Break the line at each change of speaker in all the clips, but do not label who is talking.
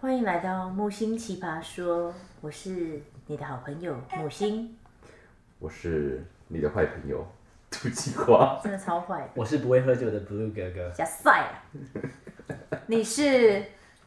欢迎来到木星奇葩说，我是你的好朋友木星，
我是你的坏朋友土鸡花，
真的超坏的，
我是不会喝酒的 Blue 哥哥。
假赛啊！ 你是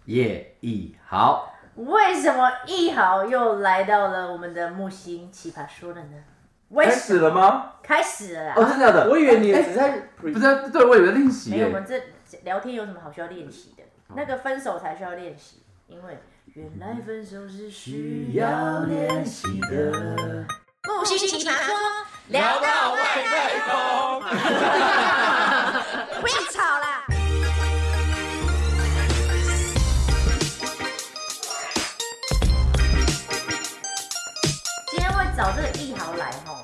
叶一豪，
为什么一豪又来到了我们的木星奇葩说了呢？为
开
什
始了吗？
开始了啦？
哦，真的假的？
我以为你也只
哎
在
不
pre，
是，对我以为练习
没有，我们
耶。
这聊天有什么好需要练习的？那个分手才需要练习，因为原来分手是需要练习的。木星奇葩说嗯聊到外太空，不要吵啦！今天会找这个易豪来吼，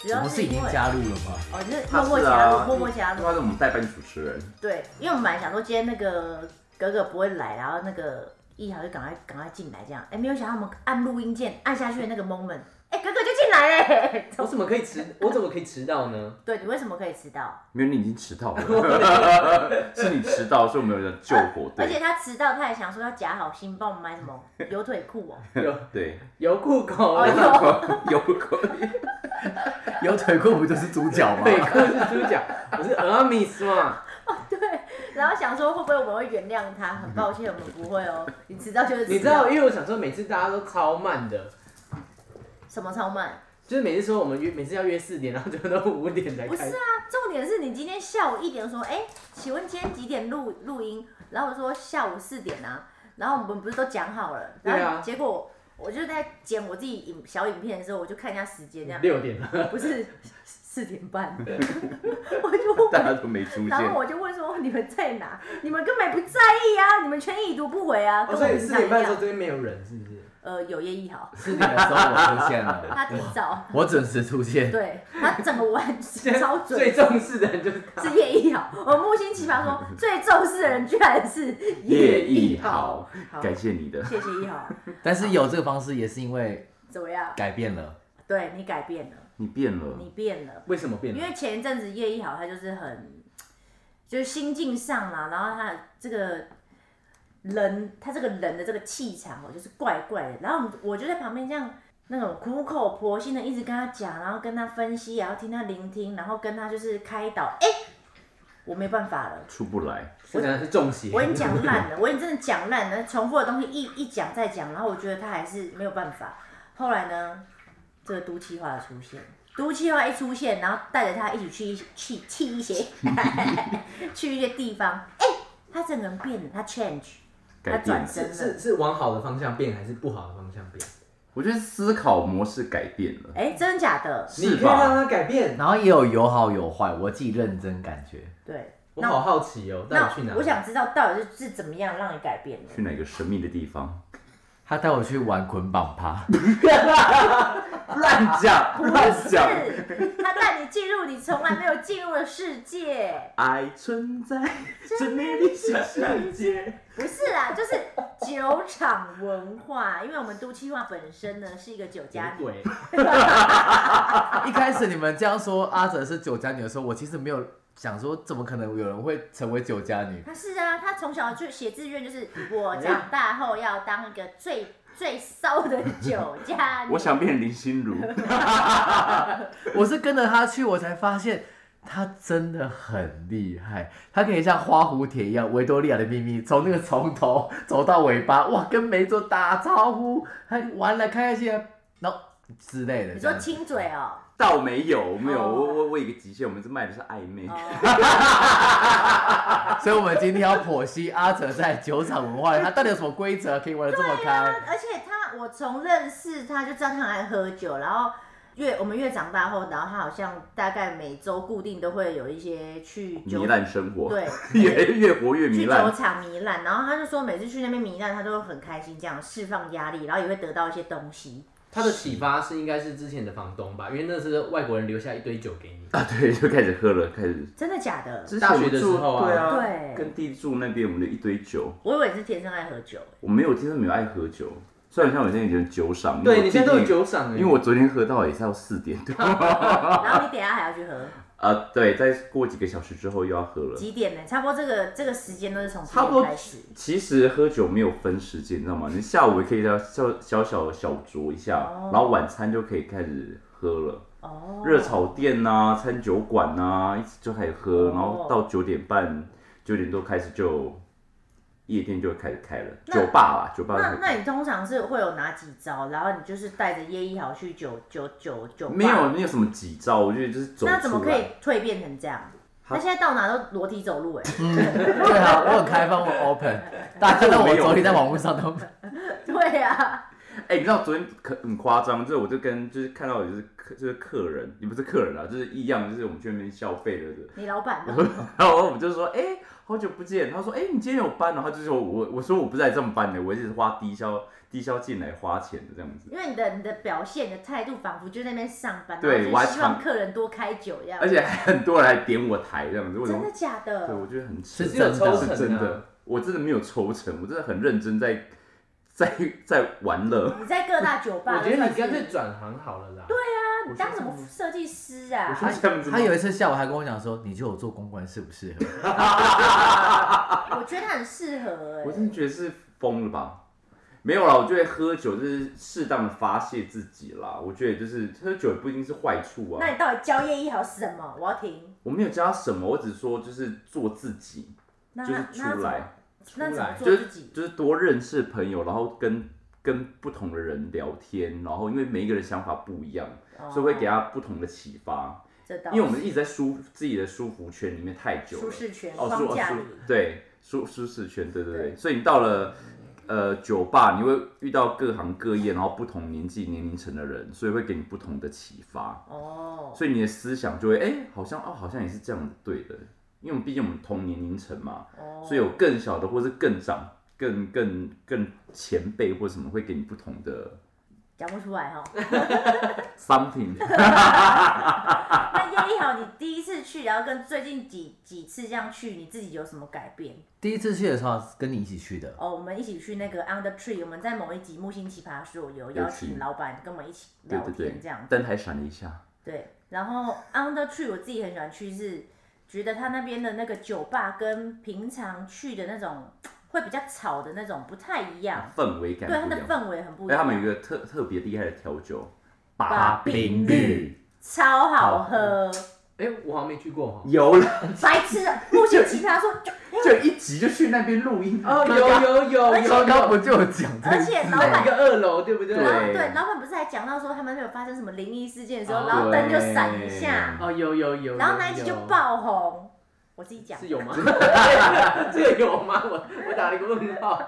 主
我
要
们
是
是已
因
经
为
加入了吗？
哦，就是
他
默默
是
加入，
啊，
默默加入
他。是我们代班主持人，
对，因为我们本来想说今天那个哥哥不会来，然后那个一豪就赶快赶快进来这样，哎，没有想到我们按录音键按下去的那个 moment，哎，哥哥就进来嘞。
我怎么可以
哎
迟？我怎么可以迟到呢？
对你为什么可以迟到？
没有，你已经迟到了，是你迟到，所以我们有人救火
而且
队。
他迟到，他也想说要夹好心帮我们买什么有腿裤哦。
有
对，
有酷狗，
哦
然后
有可以，
有腿裤不就是主角吗？
美酷是主角，我是 Aramis 嘛。
然后想说会不会我们会原谅他？很抱歉，我们不会哦。你迟到就是迟到
你知道，因为我想说每次大家都超慢的，
什么超慢？
就是每次说我们约，每次要约四点，然后就都五点才
不是
开。
啊，重点是你今天下午一点说，哎、请问今天几点录录音？然后我说下午四点啊，然后我们不是都讲好了，
对啊
然后结果我就在剪我自己影小影片的时候，我就看一下时间，这样
六点了，
不是四点半， 我就
大
问，
家都没出
然后
现。
我就问说你们在哪？你们根本不在意啊，你们全已读不回啊，跟我
哦所以
平
四
常
点半
一
的时候
样。
啊这边没有人，是 不是？
呃，有业 一好，
是你的时候我出现了，
他提早，
我准时出现。
对他整个 晚超准，
最重视的人就是他。
是叶一豪。我木星奇葩说最重视的人居然是
叶
一
一豪，
好，
感谢你的，
谢谢一豪。
但是有这个方式也是因为
怎么样？
改变了，
对你改变了，
你变了，
你变了。
为什么变
因
了？
为前一阵子叶一豪他就是很，就是心境上啦，然后他这个人，他这个人的这个气场哦，就是怪怪的。然后我们我就在旁边这样那种苦口婆心的一直跟他讲，然后跟他分析，然后听他聆听，然后跟他就是开导。哎、我没办法了。
出不来。
我讲的是中邪。
我已经 讲烂了，我已经真的讲烂了，重复的东西一一讲再讲，然后我觉得他还是没有办法。后来呢，这个毒气化的出现，毒气化一出现，然后带着他一起去去去一 些去一些地方，哎、他整个人变了，他 change，他
改变
转身
是
了
是，是往好的方向变，还是不好的方向变？
我觉得思考模式改变了，
哎、真的假的？
你
是
可以让
吧？
他改变。
然后也有有好有坏，我自己认真感觉。
对，
我好好奇哦，到底去哪
那
里？
我想知道到底是是怎么样让你改变的？
去哪个神秘的地方？
他带我去玩捆绑趴，
乱 讲，乱
是
讲。
他带你进入你从来没有进入的世界。
爱存在这美丽新世界。
不是啦，就是酒厂文化，因为我们都气化本身呢是一个酒家女，
鬼，
一开始你们这样说阿哲是酒家女的时候，我其实没有想说，怎么可能有人会成为酒家女？
她是啊，她从小就写志愿就是我长大后要当一个最最骚的酒家女。
我想变林 心如，
我是跟着他去，我才发现他真的很厉害。他可以像花蝴蝶一样，《维多利亚的秘密》从那个从头走到尾巴，哇，跟每一座打招呼，还玩了开开心心，然后之类的。
你
这
说
样子
亲嘴哦，
倒没有，没有，
哦
我我我有一个极限，我们这卖的是暧昧。
哦
所以我们今天要剖析阿哲在酒厂文化，他到底有什么规则可以玩的这么开？
而且她，我从认识她就知道她很爱喝酒，然后越我们越长大后，然后她好像大概每周固定都会有一些去酒
糜烂生活，
对
越越活越
去
糜
酒
烂。
厂糜烂，然后他就说每次去那边糜烂，他都会很开心，这样释放压力，然后也会得到一些东西。
他的启发是应该是之前的房东吧，因为那是外国人留下一堆酒给你。
啊，对，就开始喝了，开始。
真的假的？
之前
大学的时候
我
啊
们住对
对
跟弟住那边，我们就一堆酒。
我以为你是天生爱喝酒、欸
我没有，其实没有爱喝酒，虽然像我现在有点酒赏。因为
对
我
你现在都有
最近，
酒赏哎，
因为我昨天喝到也是要四点多。
然后你等一下还要去喝，
呃，对，再过几个小时之后又要喝了。
几点呢？差不多这个这个时间都是从几
差不多
点开始？
其实喝酒没有分时间，你知道吗？你下午也可以小小小小小酌一下，
哦
然后晚餐就可以开始喝了。
哦，
热炒店呐、餐酒馆呐、一直就开始喝，
哦
然后到九点半、九点多开始就夜店就开始开了，
那
酒吧啦，酒吧就开
那
始
那你通常是会有哪几招？然后你就是带着叶一豪去酒酒酒酒吧
没有没有什么急躁，我觉得就是走出来。
那怎么可以蜕变成这样？他现在到哪都裸体走路哎、
对啊，我很开放，我 很 open，大家看到我昨天在网络上都
对啊，
哎、你知道昨天可很夸张，就是我就跟就是看到有就是客就是客人，也不是客人啊，就是一样，就是我们去那边消费了的。
你老板呢？
然后我们就说，哎、好久不见。他说，哎、你今天有班哦？他就说我我说我不是来这么班的，我一直花低消低消进来花钱的这样子。
因为你的你的表现、你的态度，仿佛就在那边上班，
对
然后
我还
就希望
常
客人多开酒一样
而。且还很多人还点我台这样子，为什
真
么
的？假
对，
的？
我觉得很扯
是
只有抽成
真
是
啊
真的，我真的没有抽成，我真的很认真在在在玩乐。
你在各大酒吧
我
都
觉
算是，
得你干脆转行好了啦。对啊，
你当什么设计师啊？
我是这样子吗
他有一次下午还跟我讲说，你觉得我做公关适不适合？
我觉得他很适合
我
哎、
真的觉得是疯了吧？没有啦，我觉得喝酒就是适当的发泄自己啦。我觉得就是喝酒也不一定是坏处
那
啊。
你到底教叶一豪什么？我要停。
我没有教他什么，我只说就是做自己，
那
就是
那那
出来，
那怎么
就
做
是
自己？
就是多认识朋友，然后跟跟不同的人聊天，然后因为每一个人想法不一样，所以会给
哦
他不同的启发。
这倒
因为我们一直在舒自己的舒服圈里面太久了，
舒适圈
哦，舒
框架
舒
里，
对舒舒适圈，对对对，
对
所以你到了呃酒吧，你会遇到各行各业，然后不同年纪年龄层的人，所以会给你不同的启发，
哦，
所以你的思想就会哎、好像哦，好像也是这样子对的，因为我们毕竟我们同年龄层嘛，
哦
所以有更小的或是更长、更更更前辈或什么会给你不同 的
讲不出来哈、哦。
something。
那叶一豪，你第一次去，然后跟最近几几次这样去，你自己有什么改变？
第一次去的时候跟你一起去的，
哦，我们一起去那个 Under Tree，我们在某一集木星奇葩说有邀请老板跟我们一起
对
聊
对对
天这样，子。
灯还闪了一下，
对，然后 Under Tree 我自己很喜欢去是，觉得他那边的那个酒吧跟平常去的那种会比较吵的那种不太一样，
氛啊围感
对，它
不一
的
样。
氛围很不一
哎，
样。
他们有一个特特别厉害的调酒，
把
冰
冰绿，超好喝，
哎、我好像没去过哈。
有了，
白痴啊！木星奇葩说，就
就一集就去那边录音。
哦，有有有有
刚刚
有，
不就有讲这
而
个
且老
在
板
一个二楼，对不对？
然后
对
对，老板不是还讲到说他们没有发生什么灵异事件的时候，
啊
哦
然后灯就闪一下，
哦，有有有。
然后那一集就
有
爆红。我自己讲
是，有吗？ 这个有吗？我我打了一个问号。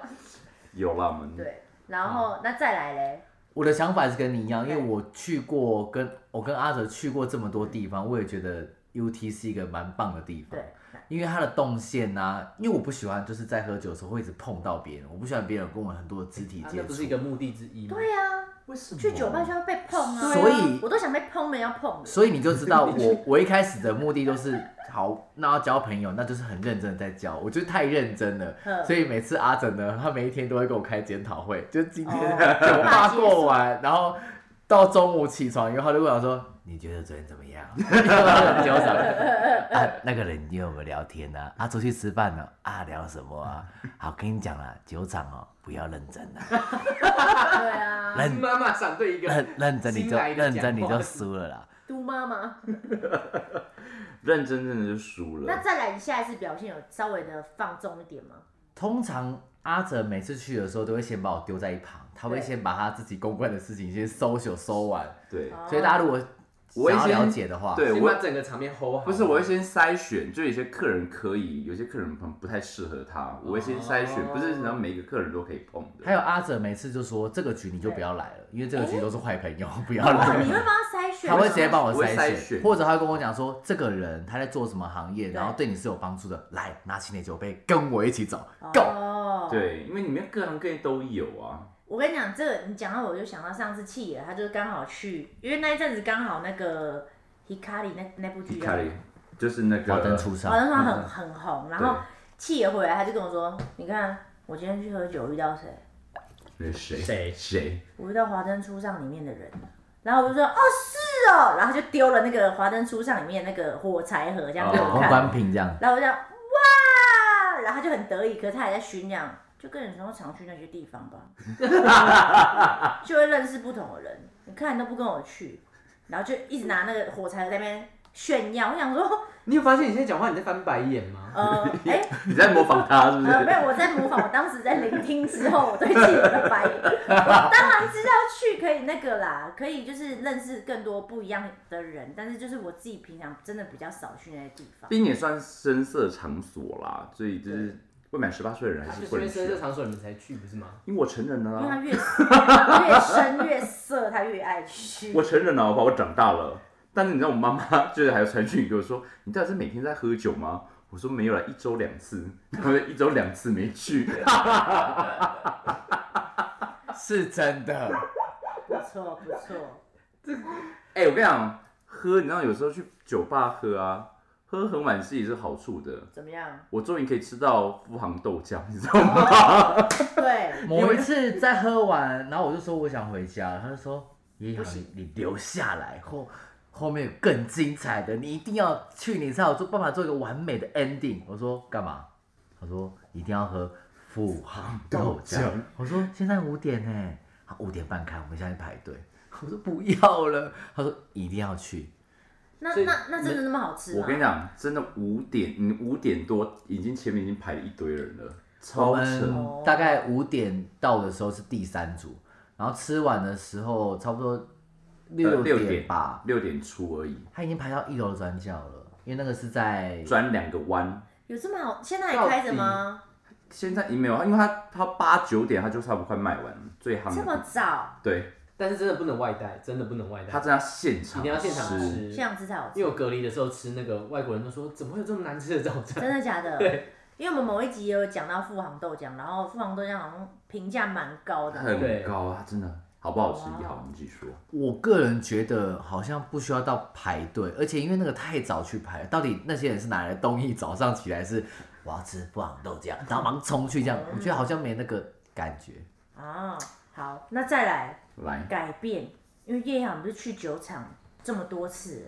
有了，我
嗯
们
对，然后那再来嘞，
我的想法是跟你一样，因为我去过跟我跟阿哲去过这么多地方，我也觉得 UT 是一个蛮棒的地方
对。，
因为它的动线啊，因为我不喜欢就是在喝酒的时候会一直碰到别人，我不喜欢别人跟我很多的肢体
啊
接
那不是一
触，
个目的之一吗？
对啊，
为什
去酒吧就要被碰啊，
所以
我都想被碰，没人要碰的，
所以你就知道我 我一开始的目的都是好，那要交朋友，那就是很认真的在交，我就是太认真了，
嗯
所以每次阿整呢，他每一天都会给我开检讨会，就今天
哦
酒吧过完，然后到中午起床以后，他就问我说：“你觉得昨天怎么样？” 酒场、啊，那个人你有没有聊天呢、啊？啊，出去吃饭呢、啊？聊什么啊？好，跟你讲啦，酒场哦，不要认真 啦，
对啊，
认
妈妈闪对一个。
认认真你就
新来的
认真你
讲
就
话
输了啦。
嘟妈妈。
认真真的就输
那
了。
再来，你下一次表现有稍微的放纵一点吗？
通常阿哲每次去的时候，都会先把我丢在一旁，他会
对
先把他自己公关的事情先收手收完，
对，
哦
所以大家如果
我会
想要
先
了解的话，
对
先
我
把整个场面 hold 好。
不是，我会先筛选，就有些客人可以，有些客人可能不太适合他，我会先筛选，
哦
不是然后每个客人都可以碰的。
还有阿哲每次就说这个局你就不要来了，因为这个局都是坏朋友， 不要
哦，
来。
你会帮他筛选
他
吗，
会直接帮我
我会
筛
筛选
或者他会跟我讲说这个人他在做什么行业，
对
然后对你是有帮助的，来拿起你的酒杯跟我一起走，Go！
哦，
对，因为里面各行各业都有啊。
我跟你讲，这个你讲到我就想到上次气野，他就是刚好去，因为那一阵子刚好那个 Hikari 那那部剧叫
卡里就是那个
华灯初上
好，像说很很红，然后
对
气野回来，他就跟我说：“你看，我今天去喝酒遇到谁？
那是谁
谁
谁
我遇到《华灯初上》里面的人。”然后我就说：“哦，是哦，然后他就丢了那个《华灯初上》里面那个火柴盒这样给
哦
我
公
看，
关品这样。
然后我就这样哇，然后他就很得意，可是他还在酝酿，就跟你说常去那些地方吧，就会认识不同的人。你看你都不跟我去，然后就一直拿那个火柴盒在那边炫耀。我想说，
你有发现你现在讲话你在翻白眼吗？
呃，哎、
你在模仿他是不
呃，
是
没？有，我在模仿我当时在聆听之后，我对自己的反应。我当然知道去可以那个啦，可以就是认识更多不一样的人，但是就是我自己平常真的比较少去那些地
啊
方。
毕竟也算深色场所啦，所以就是未满十八岁的人还
他
是
就是
不
因为
能
深色
去。啊
场所你们才去啊不是吗？
因为我成人了
因为他
啊，
越越深越色，他越爱去。
我成人了，好不好？我长大了。但是你知道我妈妈 就是还有传讯给我说，你到底是每天在喝酒吗？我说没有啦，一周两次。他们一周两次没去，
是真的，
不错不错，
哎、我跟你讲，喝，你知道有时候去酒吧喝啊，喝很晚是也是好处的。
怎么样？
我终于可以吃到富航豆浆，你知道吗？
对，
某一次在喝完，然后我就说我想回家，他就说也好
不行，
你留下来后后面有更精彩的，你一定要去，你才有做办法做一个完美的 ending。我说干嘛？他说一定要喝富航豆浆。我说现在五点呢，他五点半开，我们现在排队。我说不要了，他说一定要去。
那
所以
那那真的那么好吃吗？
我跟你讲，真的五点，你五点多已经前面已经排了一堆人了，
我
超扯。
们大概五点到的时候是第三组，然后吃完的时候差不多六
呃六
点吧，，
六点出而已，
他已经排到一楼转角了，因为那个是在
转两个弯。
有这么好？现在还开着吗？
现在也没有，因为他他八九点他就差不多快卖完了，最夯
这么
的。
早，
对，
但是真的不能外带，真的不能外带
他，真的要现场，
一定要现场吃。
现场吃才好吃
因为，我隔离的时候吃那个外国人都说怎么会有这么难吃的早 餐？
真的假的？
对，
因为我们某一集也有讲到富航豆浆，然后富航豆浆好像评价蛮高的，
很
对
高啊，真的好不好吃
哇？
也好，你自己说。
我个人觉得好像不需要到排队，而且因为那个太早去排了，到底那些人是哪来的动力？早上起来是我要吃不昂豆浆，然后马上冲去这样，我觉得好像没那个感觉。
啊。好，那再来
来，
改变，因为叶阳不是去酒厂这么多次了，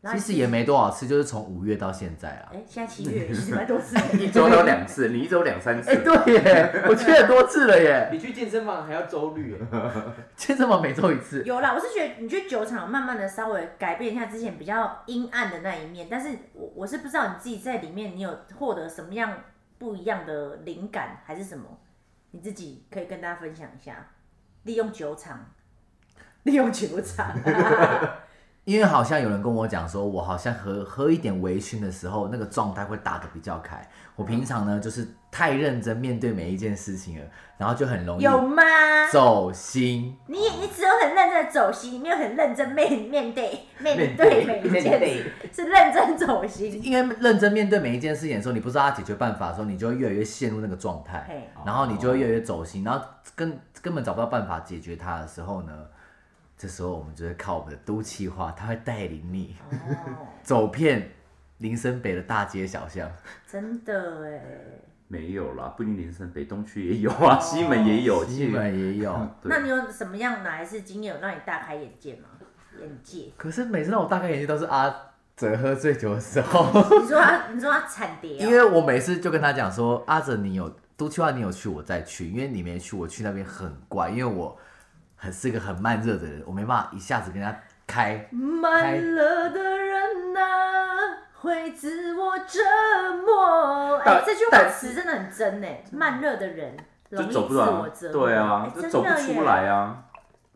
然后
其实也没多少次，就是从五月到现在啊。
哎，现在七 月，其实蛮多次。
一周都两次，你一周两三次。
哎、 对耶，我去很多次了耶，
你去健身房还要周率耶，
健身房每周一次。
有啦，我是觉得你去酒厂慢慢的稍微改变一下之前比较阴暗的那一面，但是我我是不知道你自己在里面你有获得什么样不一样的灵感还是什么，你自己可以跟大家分享一下，利用酒厂，利用酒厂，
因为好像有人跟我讲说，我好像喝喝一点微醺的时候，那个状态会打得比较开。我平常呢，就是太认真面对每一件事情了，然后就很容易
有吗？
走心。
你你只有很认真的走心，没有很认真面面对面对
哎
每一件事，是认真走心。
因为认真面对每一件事情的时候，你不知道它解决办法的时候，你就会越来越陷入那个状态
嘿，
然后你就会越来越走心，然后根根本找不到办法解决它的时候呢，这时候我们就会靠我们的都气化，它会带领你
哦，
走遍林森北的大街小巷。
真的哎。
没有啦，不一定林森北东区也有
哦
啊，西门也有，
西门也有。
对
那你有什么样哪一次经验有让你大开眼界吗？眼界。
可是每次让我大开眼界都是阿哲喝醉酒的时候，
你说他，你说他惨跌、哦
因为我每次就跟他讲说，阿哲你有都去话你有去我再去，因为你没去我去那边很怪，因为我很是个很慢热的人，我没办法一下子跟他开。
慢热的人呐、会自我折磨。哎、
但
这句话词真的很真呢、慢热的人容
就
啊
易
走不
自我
了，啊
折磨，
对啊，
哎
就走不出。来啊。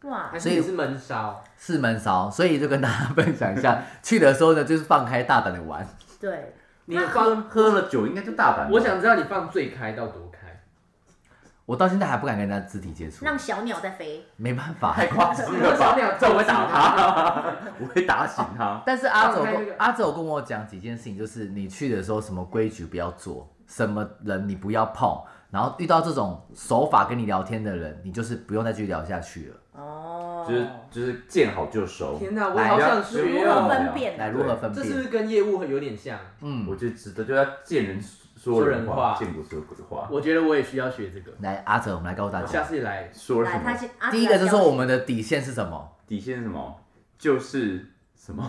真的耶哇
还，是哎你是闷烧？
四门勺，所以就跟大家分享一下，去的时候呢，就是放开大胆的玩。
对，
你
那喝
放，
喝了酒应该就大胆了。
我想知道你放最开到多开？
我到现在还不敢跟人家肢体接触，
让小鸟在飞。
没办法。
太夸张
我
了
想
吧？
两周我打 他。
我会打醒他。
但是阿
放
走
开那
跟
个
阿走跟我讲几件事情，就是你去的时候什么规矩不要做，什么人你不要碰，然后遇到这种手法跟你聊天的人，你就是不用再继续聊下去了。
哦，
就是就是见好就收。哎
天哪，我
来
好想
不要
如
学
何
哦！
分辨
来如何分
这是不
辨？
是跟业务有点像？
我觉得值得，就要见人嗯说人话，见鬼说鬼话。
我觉得我也需要学这个，
来阿哲，我们来告诉大
我下
家，
次也来。
说了
来，
什
他
么？
先阿紫
第一个就是
要
我们的底线是什么？
底线是什么？就是什么？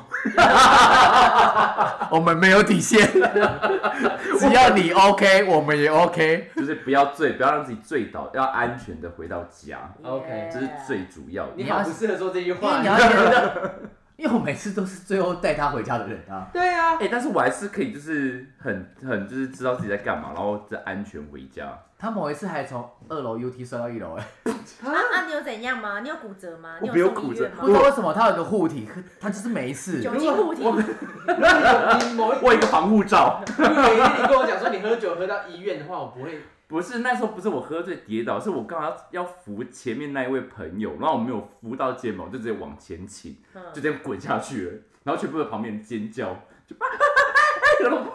我们没有底线， 只要你 OK，我们也 OK。
就是不要醉，不要让自己醉倒，要安全的回到家，
OK，
这是最主要的
你。好不适合说这句
因为
话
你。要觉得， 因为我每次都是最后带他回家的人啊。
对啊，
哎、但是我还是可以，就是很很就是知道自己在干嘛，然后再安全回家。
他某一次还从二楼 UT 摔到一 楼、哎，
啊啊！你有怎样吗？你有骨折吗？
我
你有
没有
送医
骨折
院吗
不知道为什么他有个护体，可他就是没事。
酒精护体
我，你某一
我有一个防护罩，
如果有一天你跟我讲说你喝酒喝到医院的话，我不会。
不是那时候不是我喝醉跌倒，是我刚好要要扶前面那一位朋友，然后我没有扶到肩膀，我就直接往前倾，
嗯
就直接滚下去了，然后全部在旁边人尖叫，就然后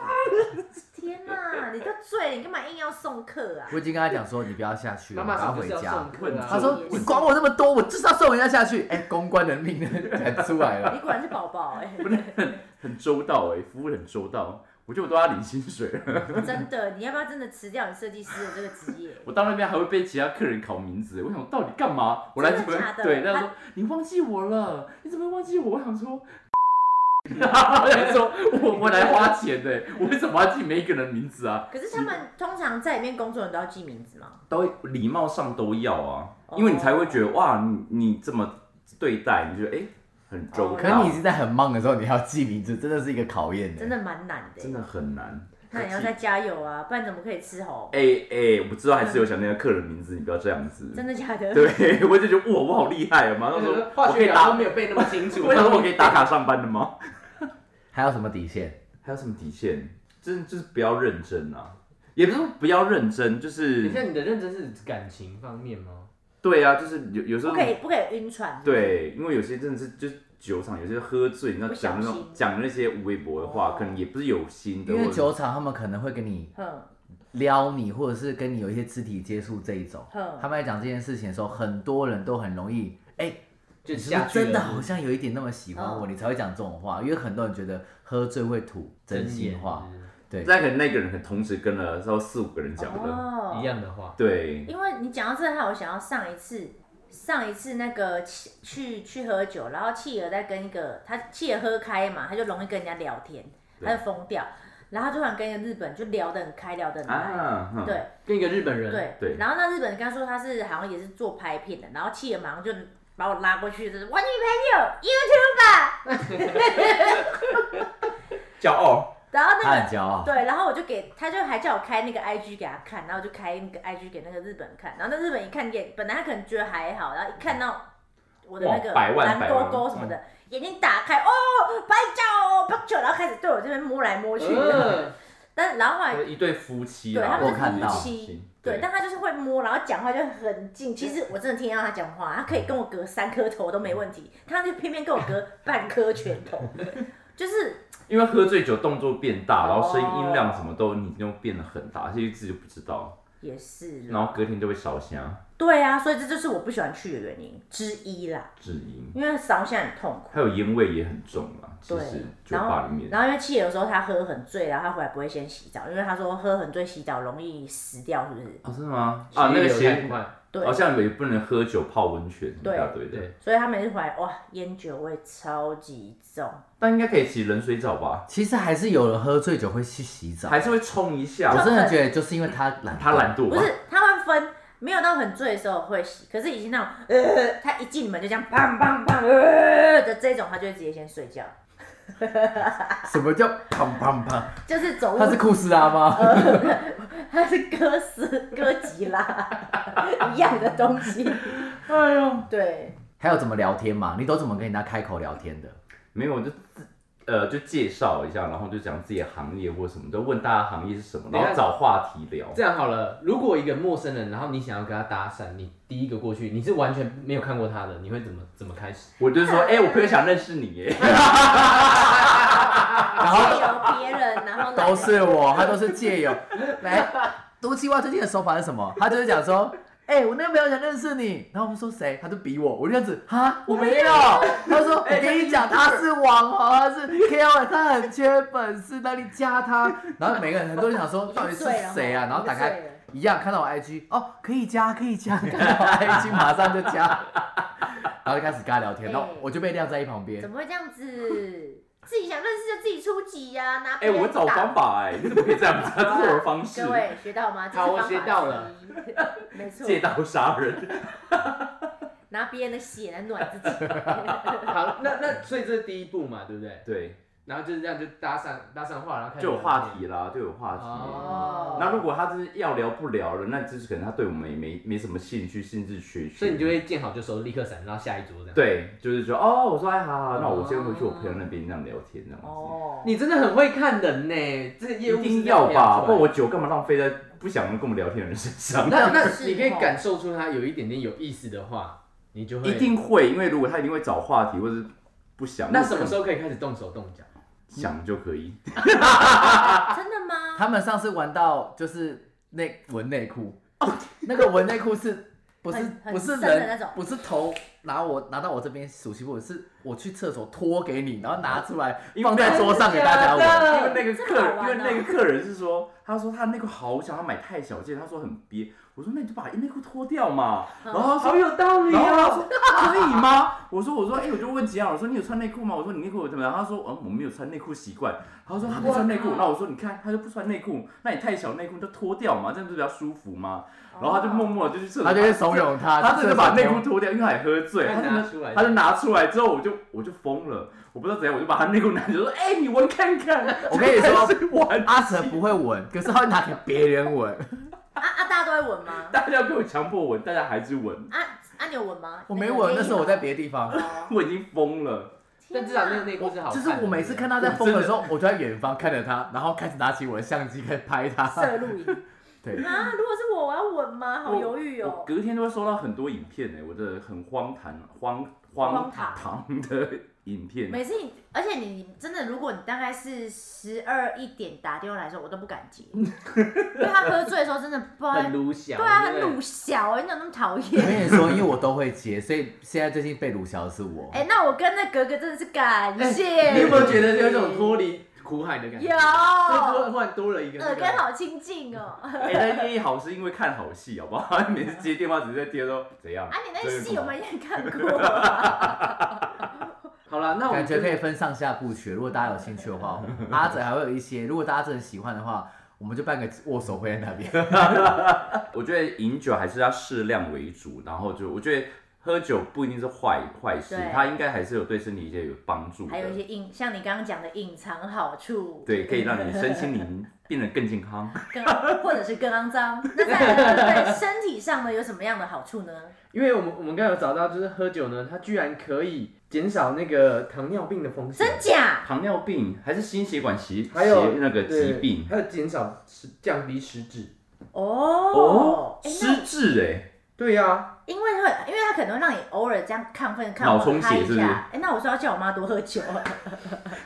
天哪！你都醉了，你干嘛硬要送客啊？
我已经跟他讲说，你不要下去了，
啊
妈妈
我要
手就
回
是要
家
送。客啊。
他说：“你管我那么多，我就是要送人家下去。哎、公关人命 赶出 来了。
你果然是宝宝哎，
很周到哎、服务很周到，我觉得我都要领薪水 了。
真的，你要不要真的辞掉你设计师的这个职业？
我到那边还会被其他客人考名字，我想到底干嘛？我来这
真的
边
假的啊
对，他说你忘记我了，你怎么会忘记我？我 想说，我想说我我来花钱的，我为什么要记每一个人的名字啊？
可是他们通常在里面工作人都要记名字吗？
都礼貌上都要啊，
哦
因为你才会觉得哇，你你这么对待，你觉得哎、很周
哦
可是
到，
你是在很忙的时候，你还要记名字，真的是一个考验、欸。
真的蛮难的欸，
真的很难。
那你要再加油啊，不然怎么可以吃红？
哎哎、我知道还是有想那个客人名字，你不要这样子。
真的假 的？
对，我就觉得哇，我好厉害啊！马上说，
化
我可
学
以
老师
打，
没有背那么清楚。
我想说我可以打卡上班的吗？
还有什么底线？
还有什么底线？真就是不要认真啊，也不是说不要认真，就
等
是
一下，你的认真是感情方面吗？
对啊，就是有有时
不
候
可以不可以晕船。，
对，因为有些真的是就是酒场，有些喝醉，你知道
不
讲那
小
种
心
讲那些微博的话，
哦
可能也不是有心的，
因为
或者
酒厂他们可能会跟你
哼，
撩你，或者是跟你有一些肢体接触这一种。
嗯
他们在讲这件事情的时候，很多人都很容易，哎、
就
你是不
下
是
去了
真的好像有一点那么喜欢我，
嗯
你才会讲这种话。因为很多人觉得喝醉会吐真心话，对，
但可能那个人可能同时跟了说四五个人讲的，
哦
一样的话。
对，
因为你讲到这个，还有想到上一次，上一次那个去去去喝酒，然后契儿在跟一个他契儿喝开嘛，他就容易跟人家聊天，
对
他就疯掉，然后他突然跟一个日本就聊得很开，聊得很来，
啊，哼
对
跟一个日本人，
对
对
然后那日本人跟他说他是好像也是做拍片的，然后契儿马上就把我拉过去，就是我女朋友 YouTube，
骄傲，
然后那
他
个
很骄傲。
对，然后我就给他就还叫我开那个 IG 给他看，然后我就开那个 IG 给那个日本人看，然后那日本一看眼，本来他可能觉得还好，然后一看到我的那个
哇百万
蓝
百
勾
万嗯
勾什么的，眼睛打开哦，拍照哦，拍照，然后开始对我这边摸来摸
嗯
去，
呃，
但然后后来
一对夫妻啊
对
啦，
他
我看
们是
到
夫
夫
妻
妻，，
对，但他就是会摸，然后讲话就很近。其实我真的听得到他讲话，他可以跟我隔三颗头都没问
嗯
题，他就偏偏跟我隔半颗拳 头，就是
因为喝醉酒动作变大，然后声
哦
音音量什么都你就变得很大，这些自己就不知道，
也是啦，
然后隔天就会烧香
对啊，所以这就是我不喜欢去的原因之一啦，
止音。
因为烧香很痛苦。
还有烟味也很重啊，其
对
实，酒
然后
吧里面
然后因为气有时候他喝很醉，然后他回来不会先洗澡，因为他说喝很醉洗澡容易死掉，是不是？
哦，真的吗？
血
啊，那
液
个
流太
鞋
快，
对，
好像也不能喝酒泡温泉什么
对
一大堆的，
对，
所以他每次回来哇，烟酒味超级重。
但应该可以洗冷水澡吧？
其实还是有人喝醉酒会去洗澡，
还是会冲一下
我，真的
很
觉得就是因为他懒，
他懒惰
不
吧？
啊
是，他会分，没有到很醉的时候会洗，可是已经那种呃，他一进门就这样砰砰砰呃的这种，他就会直接先睡觉，
什么叫砰砰砰？
就是走
他
路
是库斯拉吗？
他是哥 斯哥吉拉一样的东西，
哎呦，
对，
还有怎么聊天嘛？你都怎么跟人家开口聊天的？
没有，我就自呃就介绍一下，然后就讲自己的行业或什么，就问大家行业是什么，
等
然
一下
后找话题聊。
这样好了。如果一个陌生人，然后你想要跟他搭讪，你第一个过去，你是完全没有看过他的，你会怎么怎么开始？
我就说，哎，我朋友想认识你，耶，
然后
借由别人，然后呢
都是我， 他都是借由来。毒气蛙最近的手法是什么？他就是讲说，哎、我那个朋友想认识你，然后我们说谁，他就比我，我就这样子，哈，我没有。他说，我跟你讲，他是网红，他是 KOL，他很缺粉丝，那你加他。然后每个人很多人想说，到底是谁啊？然后打开 一样看到我 IG，哦，可以加，可以加，看到我 IG 马上就加。然后就开始跟他聊天，然后
哎
我就被晾在一旁边
怎。么会这样子？自己想认识就自己出击呀、拿
哎、
别人
我找
打
方法哎、你怎么可以这样子、啊？这是我的方式
各，位学到吗？这是
好我
方法
学
之
到了
一，没错，
借刀杀人。
拿别人的血来暖自 己。
好，那那所以这是第一步嘛，对不对？
对，然
然后就是这样就搭上搭上话，然后开始
就有话题啦，就有话题。
哦。
那如果他就是要聊不聊了，那就是可能他对我们也没没什么兴趣，兴致缺缺。
所以你就会见好就收，立刻闪，然后下一桌这
嗯
样。，
对，就是说哦，我说哎好好，那我先回去我朋友那边这样聊天这样子。
哦，
你真的很会看人呢，这业
一
务是
定
这样
要吧，
养
不
出
然
来的
我酒干嘛浪费在不想跟我们聊天的人身上？
那
那
那
是
你可以
哦
感受出他有一点点有意思的话，你就会
一。定会，因为如果他一定会找话题，或者是不想，
那什么时
候
候可以开始动手动脚？
想就可以？
真的吗？
他们上次玩到就是内纹内裤，那个纹内裤是不是
很很
不是
深的
人
那种
不是头拿我拿到我这边数西部，是我去厕所脱给你，然后拿出来放在桌上给大家闻。
因为那个
这
客人，
好
因
玩哦
为那个客人是说，他说他内裤好小，他买太小件，他说很憋。我说那你就把内裤脱掉嘛。然后他说，
有道理
然后他！说可以吗？我说我说哎、我就问吉阳，我说你有穿内裤吗？我说你内裤有怎么样？他说嗯我没有穿内裤习惯。他说他不穿内裤，那我说你看他就不穿内裤，那你太小内裤就脱掉嘛，这样不是比较舒服吗？
哦
然后他就默默地就去厕所，
他就会怂恿他，
他真的把
去
内
厕所
裤脱掉，因为他也喝醉，
他
他真
啊拿
的
出来
他就拿出来之后，我就我就疯了，我不知道怎样，我就把他内裤拿起来说：“哎、你闻看看。”
我跟你 说
是闻，
阿蛇不会闻，可是他会拿给别人闻。
啊啊，大家都会闻吗？
大家给我强迫闻，大家还是闻，
啊啊，你有闻吗？
我没闻，那时候我在别
的。
的地方。
哦
我已经疯了。
但至少那个内裤是好
就
看
是
的。
我每次看他在疯的时候，我就在远方看着他，然后开始拿起我的相机开始拍他。
射录影
对，
啊！如果是我，我要闻吗？好
我
犹豫
我
哦。
隔天都会收到很多影片欸呢、我的很荒唐、荒
荒
荒
唐
唐的 影片。
每次你，而且你真的，如果你大概是十二一点打电话来说，我都不敢接，因为他喝醉的时候真的不知道在
很撸小，
对啊，很
对不对
鲁小哎、你怎么那么讨
我
厌？
跟你说，因为我都会接，所以现在最近被鲁枭的是我。
哎、那我跟那格格真的是感谢、
你有没有觉得有一种脱？离苦海的感觉？
有，
就多忽然多了一个那
耳
个
根好亲近哦。
哎、但夜一好是因为看好戏，好不好？ 每次接电话只是在接说怎样。
啊，你那
这个
戏
什
我
么
们也看过 啊，
好了，那我
感
们
觉
就
可以分上下部曲，如果大家有兴趣的 话，阿哲还会有一些。如果大家真的喜欢的话，我们就办个握手会在那边。
我觉得饮酒还是要适量为主，然后就我觉得喝酒不一定是坏坏事
对，
它应该还是有对身体一些有帮助的。
还有一些隐，像你刚刚讲的隐藏好处，
对，可以让你身心灵变得更健康。
更或者是更肮脏。那再来，对身体上呢有什么样的好处呢？
因为我们我们刚刚有找到，就是喝酒呢，它居然可以减少那个糖尿病的风险，
真假？
糖尿病还是心血管疾，
还有
那个疾
对
病
还有减少失降低失智。
哦，哎
失智哎、
对啊呀、
那因为会，因为它可能会让你偶尔这样亢奋，亢
脑充
奋
血
嗨一
是不是
下。哎，那我说要叫我妈多喝酒啊。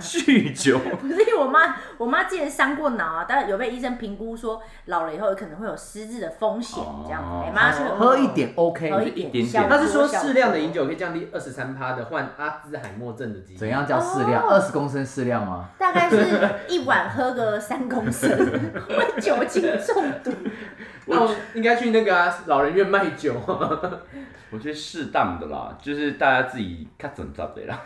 酗酒，
不是因为我妈，我妈之前伤过脑啊，但有被医生评估说老了以后可能会有失智的风险，
哦
这样子。哎、妈是
喝一点 OK，
喝一点，
一点点
小酌
他是说适量的饮，酒可以降低二十三趴的患阿兹海默症的几率。
怎？样叫适量？二十公升适量吗？
小酌大概是一碗喝个三公升，会酒精中毒。
那我应该去那个啊，老人院卖酒。
我觉得适当的啦，就是大家自己看怎么着的啦。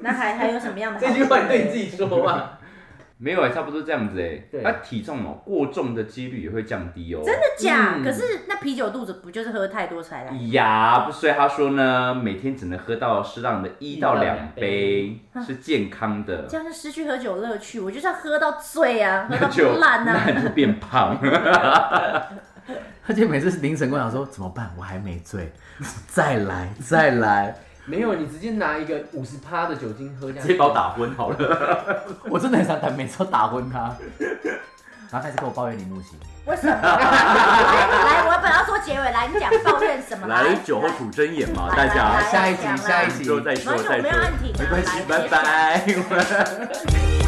那还还有什么样的好处？
这句话你对你自己说吧。
没有、欸，差不多这样子哎、
对
那、体重哦、过重的几率也会降低哦、
真的假？
嗯
可是那啤酒肚子不就是喝太多才
嗯
来？
哎呀，不所以他说呢，每天只能喝到适当的一到两杯
嗯
是健康的
这，样就失去喝酒乐趣。我就是要喝到醉啊，喝
那
到
就
烂啊。
那就变胖。
他就每次凌晨跟我讲说怎么办，我还没醉，再来再来，
没有，你直接拿一个五十趴的酒精喝下 去。
直接把我打昏 好了。
我真的很想打，每次都打昏他，然后开始跟我抱怨林木行。
为什么？ 来来，我本来要说结尾，来你讲抱怨什么？
来酒后吐真言嘛，
来
大
来
家啊
来
下一集
讲啦
下一集
之后再说
没关系
再
我没有
说
按停啊，
没关
来
系，拜拜。